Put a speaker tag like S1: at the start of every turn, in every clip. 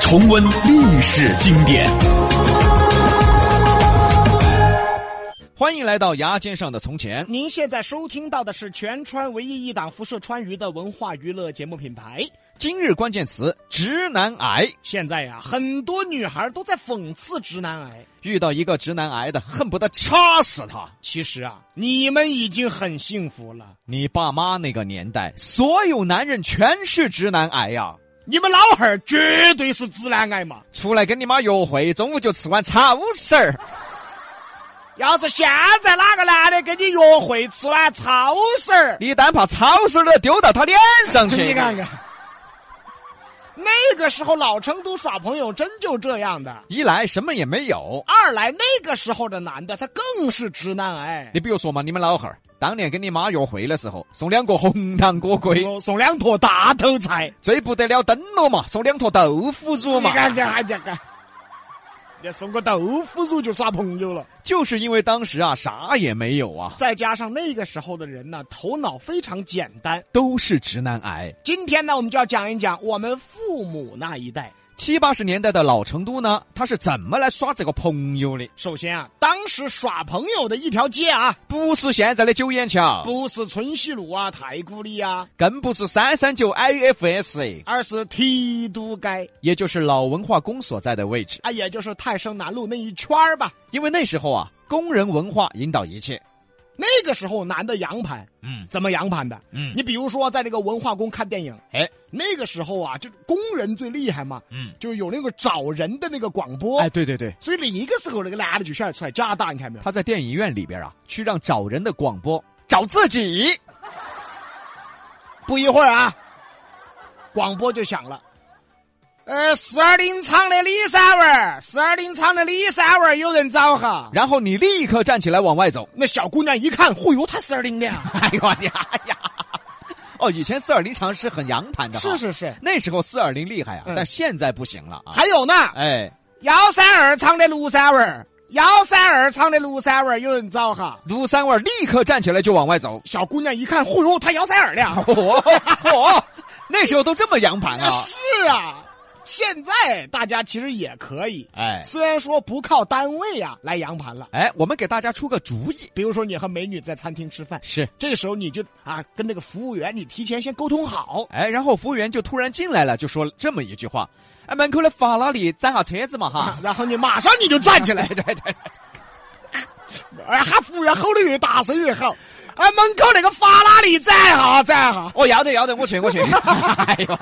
S1: 重温历史经典。
S2: 欢迎来到牙尖上的从前。
S3: 您现在收听到的是全川唯一一档辐射川渝的文化娱乐节目品牌。
S2: 今日关键词：直男癌。
S3: 现在呀、很多女孩都在讽刺直男癌。
S2: 遇到一个直男癌的，恨不得插死他。
S3: 其实啊，你们已经很幸福了。
S2: 你爸妈那个年代，所有男人全是直男癌呀、
S3: 你们老汉儿绝对是直男癌嘛！
S2: 出来跟你妈约会，中午就吃碗炒丝儿。
S3: 要是现在哪个男的跟你约会吃碗超市儿，
S2: 你啊单怕炒丝儿都丢到他脸上去。
S3: 你看看，那个时候老成都耍朋友真就这样的。
S2: 一来什么也没有。
S3: 二来那个时候的男的他更是直男癌
S2: 你，比如说嘛，你们老汉儿当年跟你妈约会的时候，送两个红糖锅盔，
S3: 我送两坨大头菜，
S2: 最不得了灯笼嘛，送两坨豆腐乳
S3: 你
S2: 嘛。
S3: 看这还这个。你送个豆腐乳就耍朋友了，
S2: 就是因为当时啊啥也没有啊，
S3: 再加上那个时候的人呢，头脑非常简单。
S2: 都是直男癌。
S3: 今天呢，我们就要讲一讲我们父母那一代。
S2: 七八十年代的老成都呢，他是怎么来耍这个朋友的？
S3: 首先啊，当时耍朋友的一条街啊，
S2: 不是现在的九眼桥，
S3: 不是春熙路啊、太古里啊，
S2: 更不是三三九 IFS，
S3: 而是提督街
S2: 也就是老文化宫所在的位置。
S3: 啊，也就是泰升南路那一圈儿吧。
S2: 因为那时候啊，工人文化引导一切。
S3: 那个时候男的洋盘，
S2: 嗯
S3: 怎么洋盘的？
S2: 嗯，
S3: 你比如说在那个文化宫看电影，
S2: 哎，
S3: 那个时候啊，就工人最厉害嘛，
S2: 嗯，
S3: 就是有那个找人的那个广播，
S2: 哎，对对对，
S3: 所以另一个时候那个男的就选出来加拿大，你看没有？
S2: 他在电影院里边啊，去让找人的广播找自己。
S3: 啊不一会儿啊，广播就响了。呃，四二零厂的李三文儿，四二零厂的李三文儿，有人找哈。
S2: 然后你立刻站起来往外走。
S3: 那小姑娘一看，嚯哟，他四二零的呀！啊
S2: 哎呦我的呀呀！哦，以前四二零常是很洋盘的哈，
S3: 是是是。
S2: 那时候四二零厉害啊，
S3: 嗯
S2: 但现在不行了啊。
S3: 还有呢，
S2: 哎，
S3: 幺三二厂的卢三文儿，幺三二厂的卢三文儿，有人找哈。
S2: 卢三味儿立刻站起来就往外走。
S3: 小姑娘一看，嚯哟，他幺三二的啊呀！
S2: 哦哦，那时候都这么洋
S3: 哎
S2: 盘啊！
S3: 是啊，现在大家其实也可以，
S2: 哎
S3: 虽然说不靠单位啊来扬盘了。
S2: 哎，我们给大家出个主意，
S3: 比如说你和美女在餐厅吃饭，
S2: 是
S3: 这时候你就啊跟那个服务员你提前先沟通好，
S2: 哎，然后服务员就突然进来了，就说了这么一句话：“哎，门口的法拉利占下车子嘛 哈。，
S3: 啊然后你马上你就站起来
S2: 对对对，
S3: 哎，喊服务员吼的越大声越好。哎，门口那个法拉利站哈站哈，
S2: 哦，要得要得，我去我去。哎呦，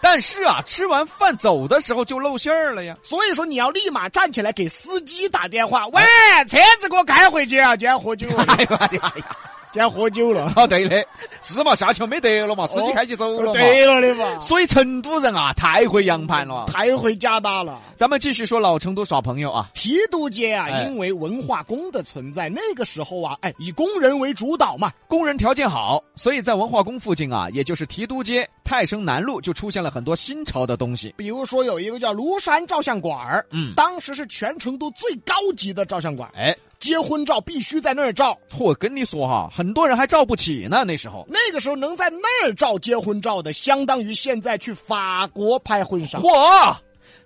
S2: 但是啊，吃完饭走的时候就露馅儿了呀。
S3: 所以说你要立马站起来给司机打电话，喂，车子给我开回去啊，今天喝酒了，
S2: 啊 哎呀哎呀哎呀！
S3: 今天喝酒了，
S2: 哦，对的，是嘛，下桥没得了嘛，司机
S3: 哦
S2: 开起走了嘛。
S3: 对嗯了的嘛，
S2: 所以成都人啊，太会洋盘了。
S3: 太回加大了。
S2: 咱们继续说老成都耍朋友啊，
S3: 提督街啊，
S2: 哎
S3: 因为文化宫的存在，那个时候啊，哎，以工人为主导嘛，
S2: 工人条件好，所以在文化宫附近啊，也就是提督街、泰升南路，就出现了很多新潮的东西。
S3: 比如说有一个叫庐山照相馆儿，
S2: 嗯
S3: 当时是全成都最高级的照相馆，
S2: 哎，
S3: 结婚照必须在那儿照。
S2: 我跟你说哈，很多人还照不起呢，那时候。
S3: 那个时候能在那儿照结婚照的，相当于现在去法国拍婚纱，
S2: 嚯！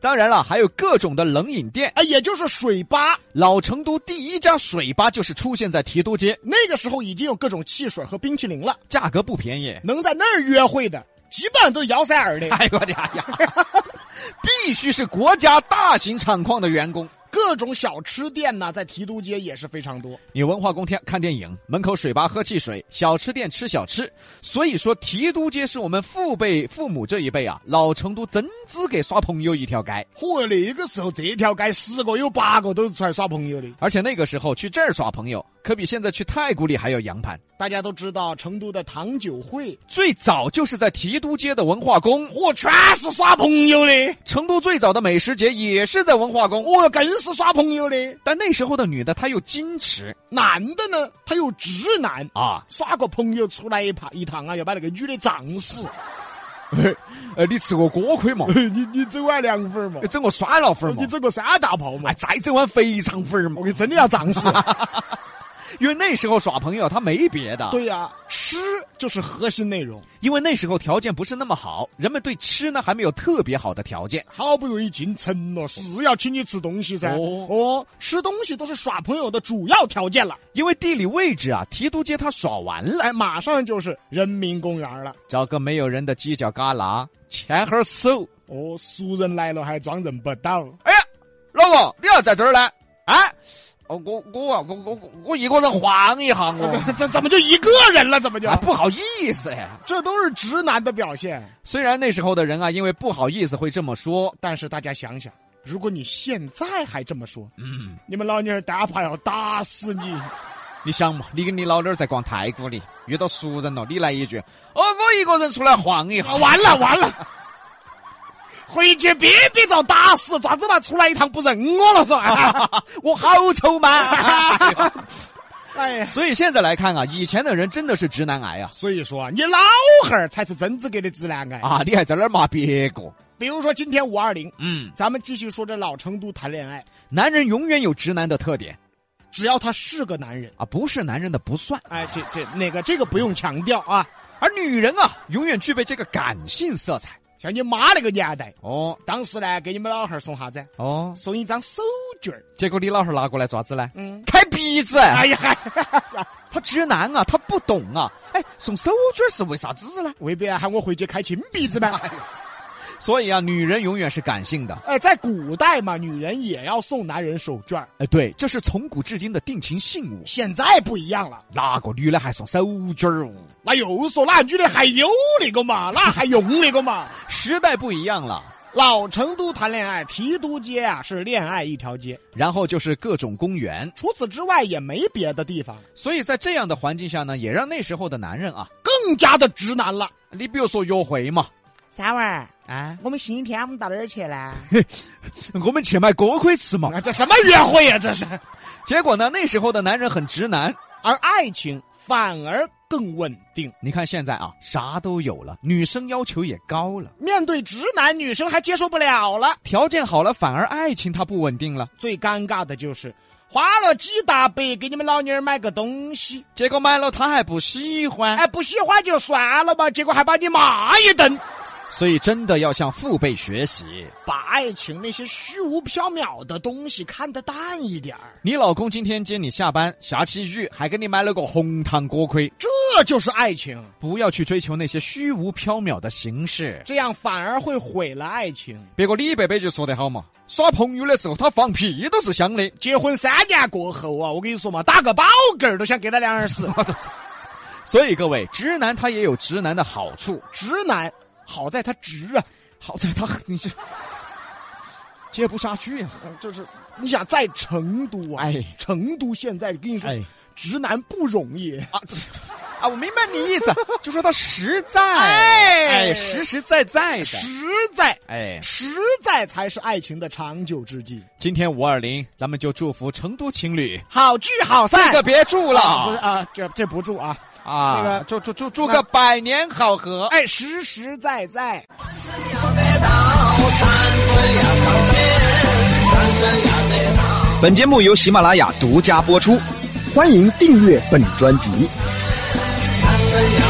S2: 当然了，还有各种的冷饮店。
S3: 哎，也就是水吧。
S2: 老成都第一家水吧就是出现在提督街，
S3: 那个时候已经有各种汽水和冰淇淋了，
S2: 价格不便宜。
S3: 能在那儿约会的，基本上都是摇塞儿的，
S2: 哎呦我的哎呀！必须是国家大型厂矿的员工。
S3: 各各种小吃店呐、在提督街也是非常多。
S2: 你文化宫天看电影，门口水吧喝汽水，小吃店吃小吃。所以说，提督街是我们父辈、父母这一辈啊，老成都真资格耍朋友一条街。
S3: 嚯，那个时候这条街十个有八个都是出来耍朋友的。
S2: 而且那个时候去这儿耍朋友，可比现在去太古里还要洋盘。
S3: 大家都知道成都的糖酒会，
S2: 最早就是在提督街的文化宫，
S3: 嚯，全是耍朋友的，
S2: 成都最早的美食节也是在文化宫。
S3: 我更是耍朋友的。
S2: 但那时候的女的她又矜持
S3: 男的呢，他有直男，
S2: 啊，
S3: 耍个朋友出来一趟一趟啊，要把那个女的胀死。
S2: 呃，你吃过锅盔嘛？
S3: 你你整碗凉粉儿嘛
S2: 你，整个酸辣粉儿嘛
S3: 你？整个三大炮嘛
S2: 啊，，再整碗肥肠粉儿嘛
S3: 我？给真的要胀死。
S2: 因为那时候耍朋友他没别的，
S3: 对呀、吃就是核心内容。
S2: 因为那时候条件不是那么好，人们对吃呢还没有特别好的条件。
S3: 好不容易进城了，是要请你吃东西噻。
S2: 哦
S3: 哦吃东西都是耍朋友的主要条件了。
S2: 因为地理位置啊，提督街它耍完了，
S3: 哎，马上就是人民公园了。
S2: 找个没有人的犄角旮旯牵会儿手。
S3: 哦，熟人来了还装认不到，
S2: 哎呀，老公，你要在这儿呢？啊，哦，我我啊，我我我我一个人晃一晃哦，
S3: 这怎么就一个人了？怎么就？
S2: 啊，不好意思呀。
S3: 这都是直男的表现。
S2: 虽然那时候的人啊，因为不好意思会这么说，
S3: 但是大家想想，如果你现在还这么说，
S2: 嗯，
S3: 你们老娘儿打怕要打死你。
S2: 你想嘛，你跟你老爹儿在逛太古里遇到熟人了，你来一句，哦，我一个人出来晃一
S3: 啊，
S2: 晃，
S3: 完了完了， 回去别别遭打死，爪子嘛出来一趟不认我了是
S2: 啊
S3: 吧？
S2: 我好丑嘛。
S3: 哎呀，
S2: 所以现在来看啊，以前的人真的是直男 癌啊
S3: 所以说啊你老汉儿才是真资格的直男癌。
S2: 啊！你还在那儿骂别个？
S3: 比如说今天五二零，
S2: 嗯，
S3: 咱们继续说这老成都谈恋爱，
S2: 男人永远有直男的特点
S3: 只要他是个男人，
S2: 啊，不是男人的不算。
S3: 哎，这这那个这个不用强调啊。
S2: 而女人啊，永远具备这个感性色彩。
S3: 像你妈那个年代，
S2: 哦
S3: 当时呢给你们老汉儿送啥子？
S2: 哦，
S3: 送一张手绢儿。
S2: 结果你老汉儿拿过来爪子呢？
S3: 嗯，
S2: 开鼻子！啊
S3: 哎呀，
S2: 他直男啊，他不懂啊。哎，送手绢是为啥子呢？
S3: 未必要喊我回去开金鼻子
S4: 哎
S3: 吧？
S2: 所以啊，女人永远是感性的。
S3: 哎，在古代嘛，女人也要送男人手绢儿，
S2: 哎，对，这是从古至今的定情信物。
S3: 现在不一样了。
S2: 哪个女的还送手绢儿哦？
S3: 那又说那女的还有那个嘛，那还用那个 嘛？
S2: 时代不一样了。
S3: 老成都谈恋爱，提督街啊是恋爱一条街，
S2: 然后就是各种公园，
S3: 除此之外也没别的地方，
S2: 所以在这样的环境下呢，也让那时候的男人啊，
S3: 更加的直男了。
S2: 你比如说约会嘛，
S4: 三娃儿，
S2: 啊，
S4: 我们星期天我们到哪儿去呢？
S2: 我们去买锅盔吃嘛。
S3: 啊，这什么约会呀、这是。
S2: 结果呢，那时候的男人很直男。
S3: 而爱情反而更稳定，
S2: 你看现在啊，啥都有了，女生要求也高了，
S3: 面对直男，女生还接受不了了。
S2: 条件好了，反而爱情它不稳定了。
S3: 最尴尬的就是花了几大百给你们老娘儿买个东西，
S2: 结果买了他还不喜欢，
S3: 哎，不喜欢就算了吧，结果还把你骂一顿。
S2: 所以真的要向父辈学习。
S3: 把爱情那些虚无缥缈的东西看得淡一点儿，
S2: 你老公今天接你下班，下起雨还给你买了个红糖锅盔，
S3: 这就是爱情，
S2: 不要去追求那些虚无缥缈的形式。
S3: 这样反而会毁了爱情。
S2: 别个李伯伯就说得好嘛，耍朋友的时候他放屁都是香的，
S3: 结婚三年过后啊，我跟你说嘛，打个饱嗝儿都想给他两 耳屎。
S2: 所以各位，直男他也有直男的好处，
S3: 直男，好在他直啊，
S2: 好在他你这接不下去呀、
S3: 嗯就是你想在成都啊，
S2: 哎
S3: 成都现在跟你说，
S2: 哎
S3: 直男不容易。
S2: 啊这啊！我明白你意 思，就说他实在，
S3: 哎
S2: 哎，实实在在的，
S3: 实在，
S2: 哎。
S3: 实在才是爱情的长久之计。
S2: 今天五二零，咱们就祝福成都情侣，
S3: 好聚好
S2: 这
S3: 散。
S2: 个别住了
S3: 不是啊，这这不住啊。
S2: 啊，
S3: 那个
S2: 祝祝祝祝个百年好合。
S3: 哎，实实在在。
S1: 本节目由喜马拉雅独家播出。
S5: 欢迎订阅本专辑。
S6: Hãy subscribe cho kênh Ghiền Mì Gõ Để không bỏ lỡ